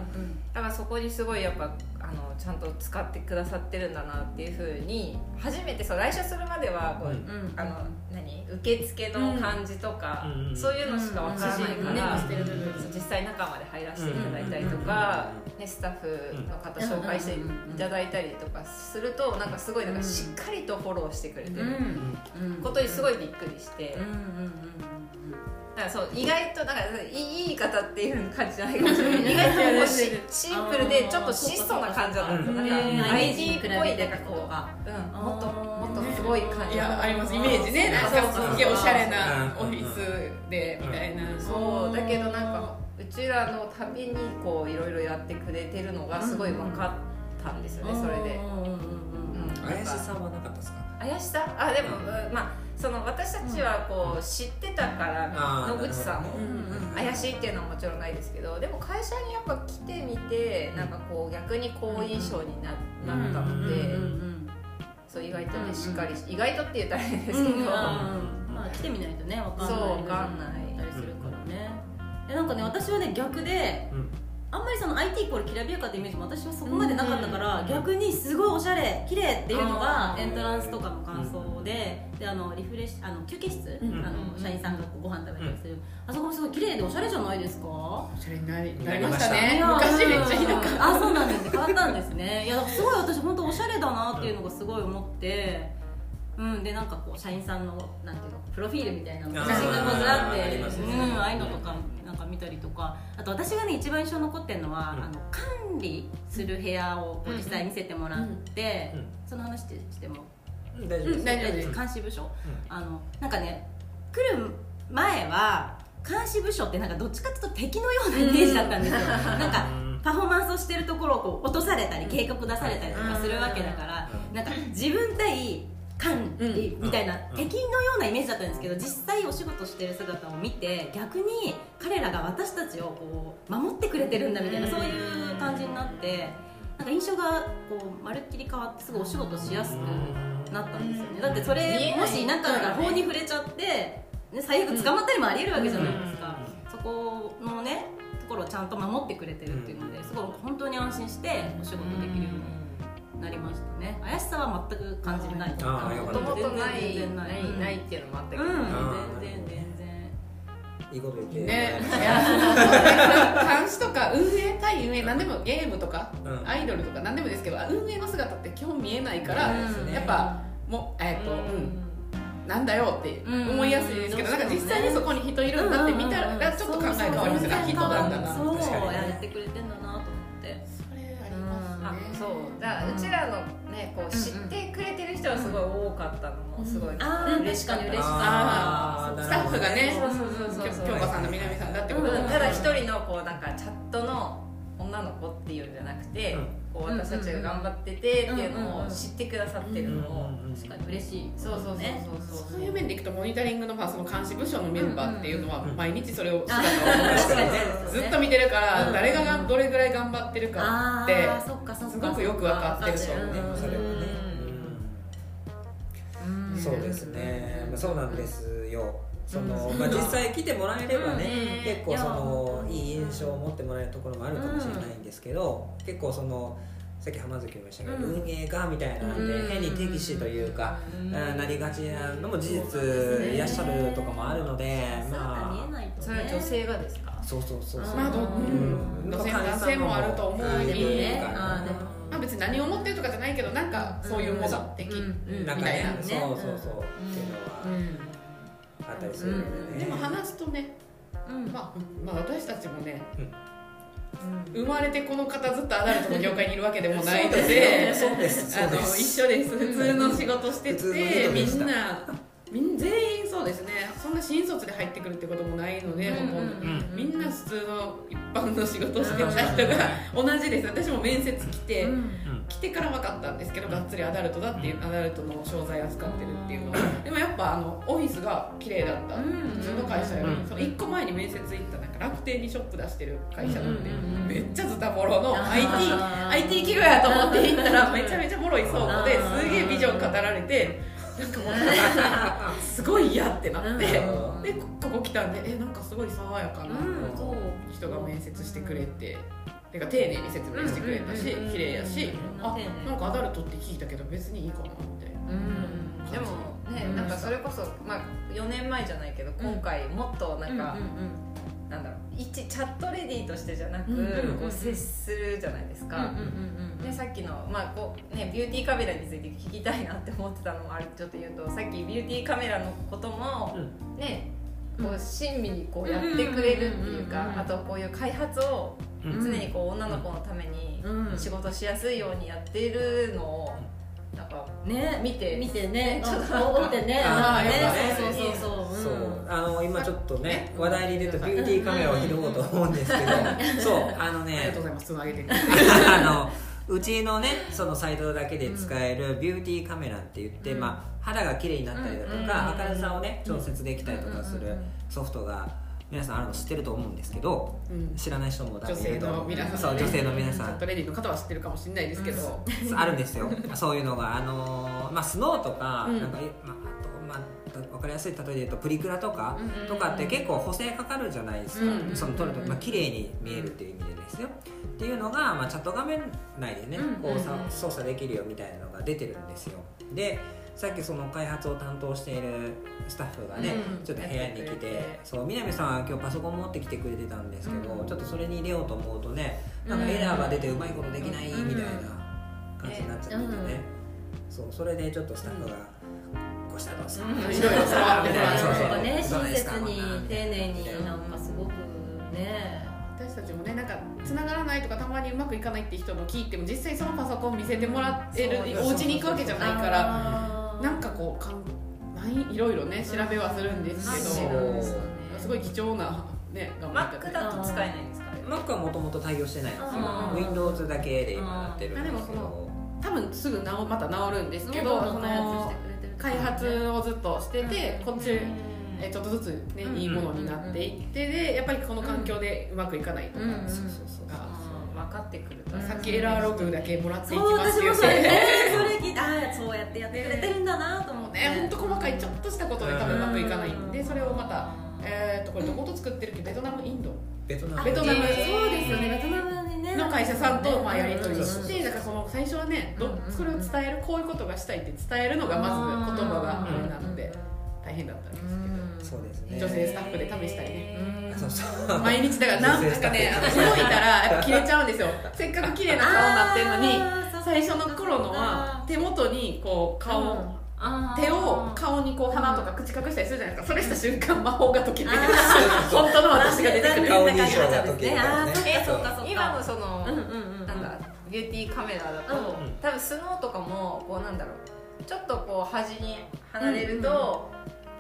だからそこにすごいやっぱあのちゃんと使ってくださってるんだなっていうふうに初めてそう来社するまではこう、うんあの何受付の感じとか、うんそういうのしかわからないうんかうんら、うんそう実際中まで入らせていただいたりとか、ね、スタッフの方紹介していただいたりとかするとなんかすごいなんかしっかりとフォローしてくれてることにすごいびっくりして。だからそう意外となんかいいいい方っていう感じじゃないかもしれない意外とこうしシンプルでちょっと質素な感じだったんですようんなんか ID っぽいでなんかこううん、もっとあもーっとすごい感いじやありますイメージねなんそうそうかそうすげえおしゃれなオフィスでみたいなそうだけどなんかうちらのたびにこういろいろやってくれてるのがすごい分かったんですよね、それで、うん、怪しなんかさはなかったですか怪しさあでも、うんまあその私たちはこう知ってたから、あー野口さんなをるほどうん怪しいっていうのはもちろんないですけどでも会社にやっぱ来てみてなんかこう逆に好印象にななったので、うんそう意外とうんうねんしっかりし意外とって言ったら変ですけど、うんまあ来てみないとねわかんないそうわかんないたりするからねえなんかね私はね逆でうんあんまりその IT イコールきらびやかってイメージも私はそこまでなかったから、うん逆にすごいおしゃれ綺麗っていうのがあーエントランスとかの感想で,、であのリフレッシュあの休憩室、うんあの社員さんがこうご飯食べたりする、あそこもすごい綺麗でおしゃれじゃないですか、おしゃれになりななりりままししたたねねいやー昔めっちゃひどかったあそうなんですね変わったんですねいやだからすごい私本当おしゃれだなっていうのがすごい思ってうんでなんかこう社員さんのなんていうのプロフィールみたいなのあー写真がこうずらっあてりますねうんああいうのとかなんか見たりとかあと私がね一番印象に残ってるのは、うんあの管理する部屋をこう実際見せてもらって、うんうその話してもうん大丈夫です大丈夫です監視部署、あのなんかね来る前は監視部署ってなんかどっちかっていうと敵のようなイメージだったんですよ、なんかうんパフォーマンスをしてるところをこう落とされたり警告出されたりとかするわけだから、うんなんか自分対管理みたいなうん敵のようなイメージだったんですけど実際お仕事してる姿を見て逆に彼らが私たちをこう守ってくれてるんだみたいなうんそういう感じになってなんか印象がこうまるっきり変わってすごいお仕事しやすくなったんですよねだってそ見えれないもしいなかったら法に触れちゃって、ね、最悪捕まったりもありえるわけじゃないですか、そこのねところをちゃんと守ってくれてるっていうのですごい本当に安心してお仕事できるようになりましたね怪しさは全く感じないあーよかもったともとな全い然なういんないっていうのもあったけうど、ん全然全然いいこと言ってねいやそうそう監視とか運営対運営何でもゲームとかうんアイドルとか何でもですけど運営の姿って基本見えないからうんそうですねやっぱもうえっとうんなんだよってうん思いやすいですけどうんなんか実際にそこに人いるんだって見たうんうんらちょっと考え変わりますよねあ人なんだなそう確かにねやってくれてんだなと思ってそれあありますねそうだからうちらのねこう知ってくれてる人はすごい多かったのもすごい、あー嬉しかった確かに嬉しかっあースタッフがねそうそうそうそうきょ京子さんと南さんだってことうんただ一人のこうなんかチャットの女の子っていうんじゃなくて、うんこう私たちが頑張っててっていうのを知ってくださってるのを、確かに嬉しいそうそうそうそうそういう面でいくとモニタリングのまあその監視部署のメンバーっていうのはうん毎日それを姿あを確かにねずっと見てるからうん誰ががどれぐらい頑張ってるかあってーそっかそっかすごくよくわかってると思うねそれはねうんそうですねまあそうなんですよそのまあ実際来てもらえればね結構そのいい印象を持ってもらえるところもあるかもしれないんですけど、結構そのさっき浜崎も言いましたけど、うん運営がみたいなんで、うん変に敵視というか、うんあーなりがちなのも事実いらっしゃるとかもあるので、姿見えまないとそれはね女性がですかあそうそうそうそう、まあどうん路線男性もあると思うあーでもしねあーでもまあ別に何を思ってるとかじゃないけどなんかそういうもの的うんなんみかたいねなそうそうそう、っていうのはあったりするのでね、でも話すとねうんまあまあ私たちもねうん生まれてこの方ずっとアダルトの業界にいるわけでもないのでそうですそあうでの一す緒です普通の仕事して普通の人てでみしたんなみん全員そうですねそんな新卒で入ってくるってこともないので、ほとんどみんな普通の一般の仕事をしてた人が同じです私も面接来て、来てから分かったんですけどがっつりアダルトだっていう、うんアダルトの商材扱ってるっていうのはでもやっぱあのオフィスが綺麗だった、普通の会社より、うんその1個前に面接行ったなんか楽天にショップ出してる会社なんで、うんうんうんめっちゃズタボロの IT, あー IT 企業やと思って行ったらめちゃめちゃボロい倉庫であーすげえビジョン語られてなんかもうなんかすごい嫌ってなってうんでこここ来たんでえなんかすごい爽やかな、うんそう人が面接してくれて。てか丁寧に説明してくれたし、綺麗やし、あ、なんかアダルトって聞いたけど別にいいかなみたいな。でもね、なんかそれこそ、まあ、4年前じゃないけど今回もっとなんか、なんだろう一チャットレディーとしてじゃなく、こう接するじゃないですか、でさっきの、まあこうね、ビューティーカメラについて聞きたいなって思ってたのもあるちょっと言うとさっきビューティーカメラのことも、ねこう親身にこうやってくれるっていうかあとこういう開発を常にこう女の子のために仕事しやすいようにやっているのをなんかね見て見てねちょっと思ってねあーねやっぱそねうそうそうそそううあの今ちょっとね話題に出たビューティーカメラを拾おうと思うんですけどそうあのありがねとうございます。つなげてくれて。あのうちのねそのサイトだけで使えるビューティーカメラって言って、まあ、肌が綺麗になったりだとか、明るさをね調節できたりとかするソフトが皆さんあるの知ってると思うんですけどうん知らない人もだ女性の皆さん、ね、そう女性の皆チャさットレディーの方は知ってるかもしれないですけど、んあるんですよそういうのがあのーまあスノーとか、うんなんかまああとまあ分かりやすい例えで言うとプリクラとか、とかって結構補正かかるじゃないですか、うんその撮ると、まあ綺麗に見えるっていう意味でですよっていうのが、まあ、チャット画面内でねこうさ操作できるよみたいなのが出てるんですよでさっきその開発を担当しているスタッフがね、うんちょっと部屋に来やっててくれてそう南さんは今日パソコン持ってきてくれてたんですけど、ちょっとそれに入れようと思うとねなんかエラーが出てうまいことできないみたいな感じになっちゃっててね、そうそれでちょっとスタッフが「こうしたらどうですか?」うんいろいろ触ってもらそうそうやっぱねどう親ですか切に丁寧みたいにななんかすごくね私たちもねなんか繋がらないとかたまにうまくいかないって人の聞いても実際そのパソコン見せてもらってるそうお家に行くわけじゃないからあーなんかこうかんないいろいろね調べはするんですけど、うんすごい貴重なね頑張って Mac だと使えないんですか Mac はもともと対応してないんですよあー Windows だけで今なってるんですあーけでもど多分すぐ直また治るんですけけどどその開発をずっとしてて、こっちえちょっとずつ、ねうんいいものになっていってでやっぱりこの環境でうまくいかないとか、うんそうそうそうそう分かってくるとうんさっきエラーログだけもらっていきそうます私もよっそれねてそれ聞いてああそうやってやってくれてるんだなと思ってね本当細かいちょっとしたことで多分うまくいかないんでそれをまたえー、とこれどこと作ってるっけベトナムインドベトナムベトナムそうですよねベトナムにねの会社さんとまあやり取りそうそしうてだからこの最初はねどうんそれを伝えるこういうことがしたいって伝えるのがまず言葉があれなので大変だったんですそうですけねど女性スタッフで試したりねあそうそう毎日だからなんなんかねあの動いたらやっぱ消えちゃうんですよせっかく綺麗な顔になってるのに最初の頃のは手元にこう顔、うん手を顔にこう鼻とか口隠したりするじゃないですかそれした瞬間魔法が解けて本当の私が出てくる顔認証が解けるからねあーそっかそっかそっか今のその、うんうんうんなんだビューティーカメラだと、うん多分スノーとかもこうなんだろうちょっとこう端に離れると、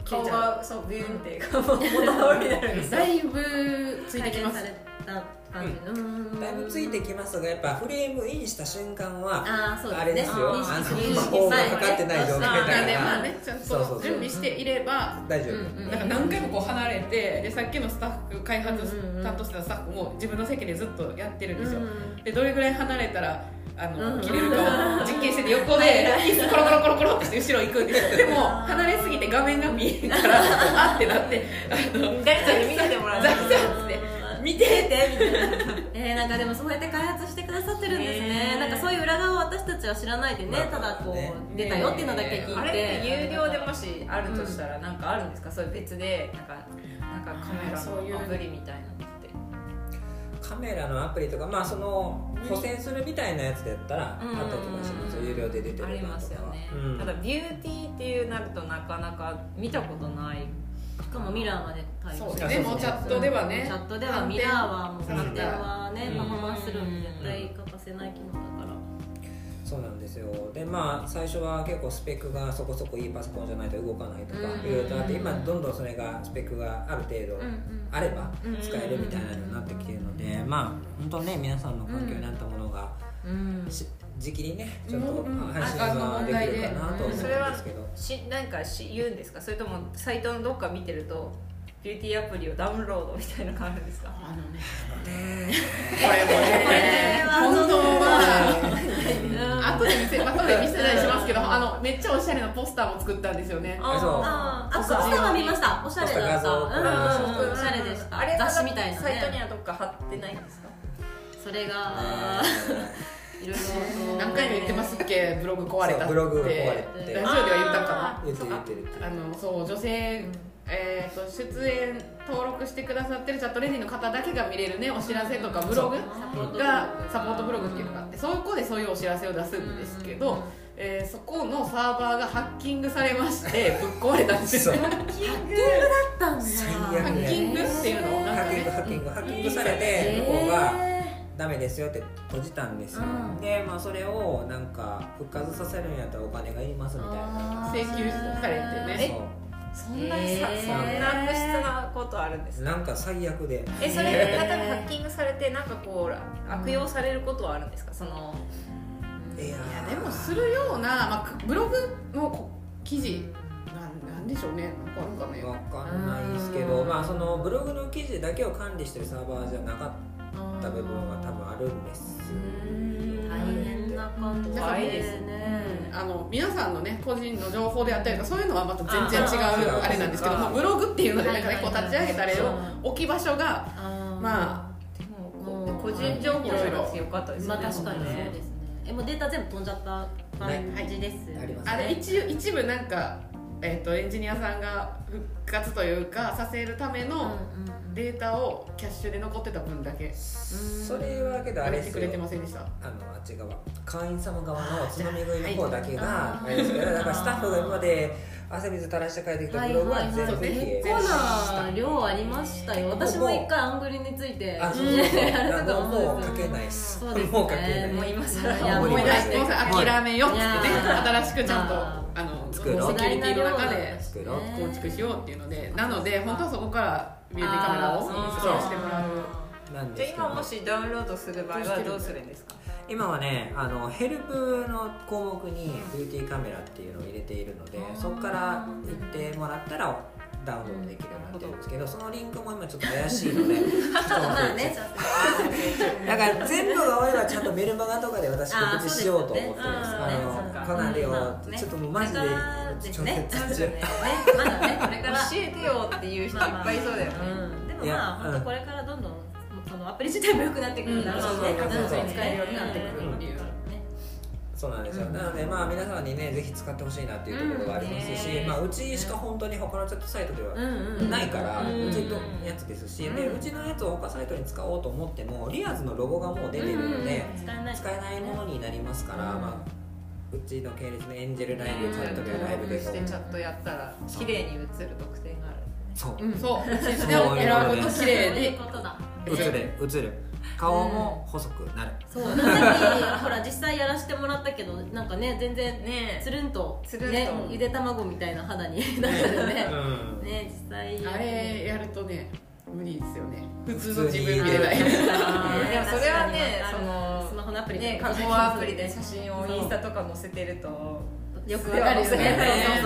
顔がそうビューンって顔が倒れ るんですよだいぶついてきます再現された感じうんだいぶついてきますがやっぱフレームインした瞬間はああそうですねあれですよ認あの識魔法がかかってない状態だなかんでまあらねちゃんとそうそうそう準備していれば大丈夫うんなんか何回もこう離れてでさっきのスタッフ開発担当してたスタッフも自分の席でずっとやってるんですよでどれぐらい離れたらあのうん切れるかを実験してて横で椅子コロコロコロコロってして後ろ行くんですよでも離れすぎて画面が見えるからあってなってあの誰かに見せてもらうザクザクって見ててみたいなえー、なんかでもそうやって開発してくださってるんですねねーなんかそういう裏側を私たちは知らないでね、まあただこう、ね出たよっていうのだけ聞いてあれって有料でもしあるとしたらなんかあるんですか、そういう別でなんかなんかカメラのアプリみたいなのってカメラのアプリとかまあその補正するみたいなやつだったらあったうりんとかしますよ有料で出てあるりなまとすよかはね、うんただビューティーっていうなるとなかなか見たことないしかもミラーまで対そ応うしてですねもうチャットではねチャットではミラーはもう反反転転はねうんパフォーマンスするのに絶対欠かせない機能だからそうなんですよでまあ最初は結構スペックがそこそこいいパソコンじゃないと動かないとかうんいろいろとあって今どんどんそれがスペックがある程度あればうん使えるみたいなのになってきてるのでまあ本当ね皆さんの環境になったものがうんし時期にねちょっとうん配信はできるかなと思うんですそれはけど。しなんかし言うんですかそれともサイトのどっか見てるとビューティーアプリをダウンロードみたいなのがあるんですかあのねねこれもね本当は後で見せ後で見せたりしますけどあのめっちゃおしゃれなポスターも作ったんですよねあそうああ、そっちのは見ました。おしゃポスタれだった。ーうん画像うんうん、おしゃれでした。あれ雑誌みたいなサイトにね。はどっか貼ってないんですかそれが、ねいろいろと。何回も言ってます っけブログ壊れたっそうてブログ壊れてラジオでは言ったんか言ってる言ってる言ってなあるのそう女性、えー、と出演登録してくださってるチャットレディの方だけが見れるねお知らせとかブログがサポートブログっていうのがあってそこでそういうお知らせを出すんですけど、えーそこのサーバーがハッキングされま してぶっ壊れたんですそうよハったんだ。最ッ悪キングっていうのをハなんかッキングねハッキングハッキングされて向こうがダメですよって閉じたんですよ、でまあそれをなんか復活させるんやったらお金がいりますみたいな請求されてねそそんなにさ、えーそんな悪質なことあるんですうかなんか最悪でえそれ例えばハッキングされてなんかこう悪用されることはあるんですかそのいやいやでもするような、まあく、ブログのこ記事なんなんでしょうねなんかあるかねわかんないですけどまあそのブログの記事だけを管理してるサーバーじゃなかった部分は多分あるんですよ大変なことだね怖いですあの皆さんのね個人の情報であったりとかそういうのはまた全然違あー違ううあれなんですけどそうかまあブログっていうのでなんかねはいこはういはい立ち上げたあれを置き場所がまあまあでももこう個人情報じゃなくてよかったですまねあ確かにそうねですねえもうデータ全部飛んじゃった感じですありますあれね一一部なんかえっとエンジニアさんが復活というかさせるためのデータをキャッシュで残ってた分だけそれはけどあやれれですてくれよてませんでしたあのあっち側会員様側のつまみ食いの方だけがあれですけどだからスタッフが今まで汗水垂らして帰ってきたブログは全部消え結構な量ありましたよ私も一回アングリについてあそうそうそうやらせてももうらも うった書んけですないっすそうですねもう書けないもう今更はいや思い出してもうもう諦めようってねはい新しくちゃんといやあのセキ作ろうュリティの中で作ろう構築しようっていうのでなので本当はそこからビューティーカメラを使用してもらうなんじですゃあけど今もしダウンロードする場合はどうするんですか今はねあのヘルプの項目にビューティーカメラっていうのを入れているのでそこから行ってもらったらダウンロードできるようになってるんですけどそのリンクも今ちょっと怪しいのでちょっとまあねちょっとだから全部が終わればちゃんとメルマガとかで私告知しようと思ってますあそうですよねあのかなりをちょっともうマジでこれか直ら接ですねねまだねこれから教えてよっていう人いっぱいいそうだよねでもいやまあ本当これからどんどんそのアプリ自体も良くなってくるだろうしねうんそうそうそうどんどん使えるようになってくるっていうねそうなんですよ、なのでまあ皆さんにねぜひ使ってほしいなっていうところがありますし、うんまあ、うちしか本当に他のチャットサイトではうんないから、ううんちのやつですし、でうちのやつを他サイトに使おうと思ってもリアーズのロゴがもう出てるので、使えない使えないものになりますから、まあうちの系列のエンジェルライブチャットでライブでしてチャットやったら綺麗に映る特典があるそううんそうそうでも選ぶと綺麗そういうにことだ映る映る顔も細くなる、そうさっきほら実際やらせてもらったけどなんかね全然ねつるんとつるんとねゆで卵みたいな肌になるよね うんね実際あれやるとね無理ですよね普通の自分見れ ない でもねそれはね確そかにスマのホのアプリね加工アプリで写真をインスタとか載せてるとよくわかるよねそそうそうう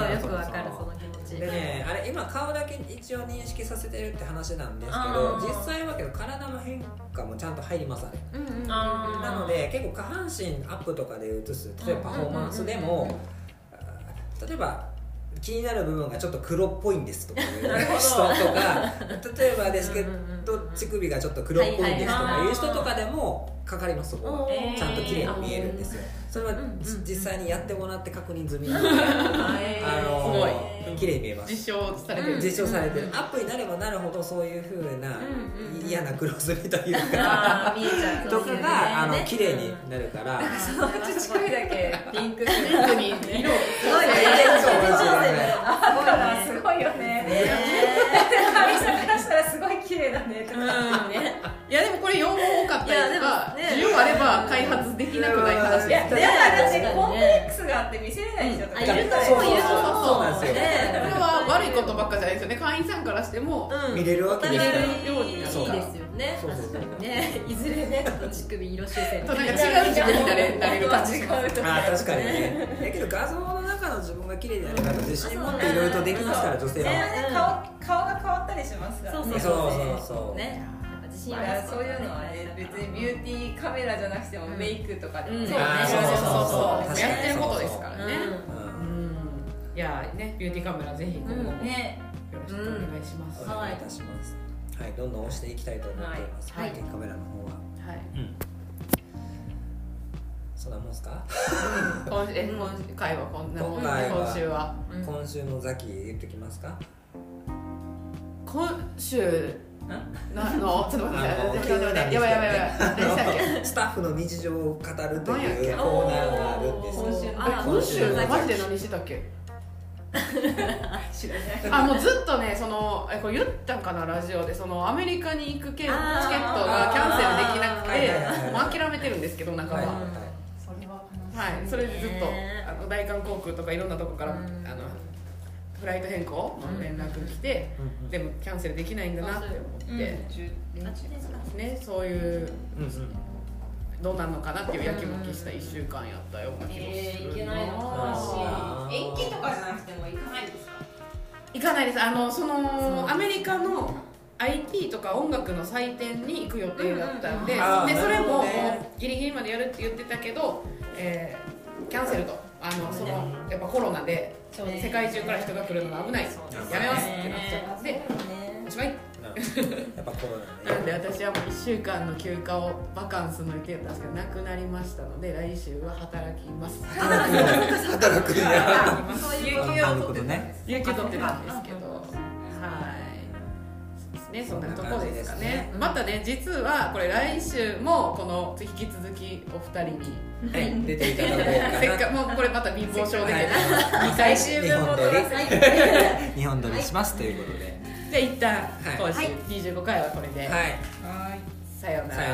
ねよくわかるその気持ちでねあれ今顔だけ一応認識させてるって話なんですけどあー実際はけど体の変化もちゃんと入りますあれうんうんなので結構下半身アップとかで映す例えばパフォーマンスでもあー例えば気になる部分がちょっと黒っぽいんですと かいう人とか例えばですけど乳首がちょっと黒っぽいんですとかいう人とかでもかかりますそこはえーちゃんと綺麗に見えるんですよそれはじ実際にやってもらって確認済み なのであのすごい綺麗に見えます実証されてる実証されてるアップになればなるほどそういうふうな嫌な黒ずみというかあー見えちゃうとかがあの綺麗になるからそのうち乳首だけピンクする ピンクに色をすごいねからすごいよね会社からしたらすごい綺麗だねとかいやでもこれ要望多かったりとかいやでもね需要あれば開発できなくない話いですやいやだってコンプレックスがあって見せれない人とかいると思うそうよそうなんですよこれは悪いことばっかじゃないですよね会員さんからしても見れるわけですからいいですよねそうそうそうねいずれねちょっと乳首色修正となんか違う自分になれなれる感じがあー確かにねだけど画像の中の自分が綺麗であれば自信持っていろいろとできますから女性は顔顔が変わったりしますからそうそうそうそうねやっぱ自信まはあそういうのはね別にビューティーカメラじゃなくてもメイクとかでもねうんあーそうそうそうそうやってることですからねうんいやーねビューティーカメラぜひ今後もよねろしくお願いします、おは願いいたしますはいどんどん押していきたいと思っていますはいはいカメラの方はいうんそんなもんすか今週え今回はこんなもん今回は今週は、うん今週のザキ言ってきますか今週 なのちょっと待あのって待って待って待ってやばいやばいやばい何でしたっけスタッフの日常を語るとい何やっけうコーナーがあるんですよ今週あ今今週週のマジで何してたっけ知らないあもうずっとねそのえこれ言ったんかなラジオでそのアメリカに行く券チケットがキャンセルできなくはいはいはいはていもう諦めてるんですけど中は、はいはそれは悲しい、い、それでずっとねあの大韓航空とかいろんなとこから、うんあのフライト変更の連絡来て、うんでもキャンセルできないんだなって思って、あっちですかねそういううんうんどうなんのかなっていうやきもきした1週間やったような気もするえーいけないのあー延期とかじゃなくても行かないんですか行かないですあのそのアメリカの IT とか音楽の祭典に行く予定だったんで,、うんうんうんあでーそれももなうるほどねギリギリまでやるって言ってたけど、えーキャンセルとあのそのやっぱコロナでそう世界中から人が来るのが危ないやめますってなっちゃっておしまいやっぱコロナなんねで私はもう1週間の休暇をバカンスの予定だったんですけどなくなりましたので来週は働き ます働くんや働くんや働きますそうあなるほどね有給取ってたんですけどはいそうですねそんなところですかねまたね実はこれ来週もこの引き続きお二人にはい出ていただこうかなせっかくもうこれまた貧乏症でねはい2回週分日本撮戻らせり日本撮りしますということでじゃあ一旦はい今週25回はこれで、はいさようなら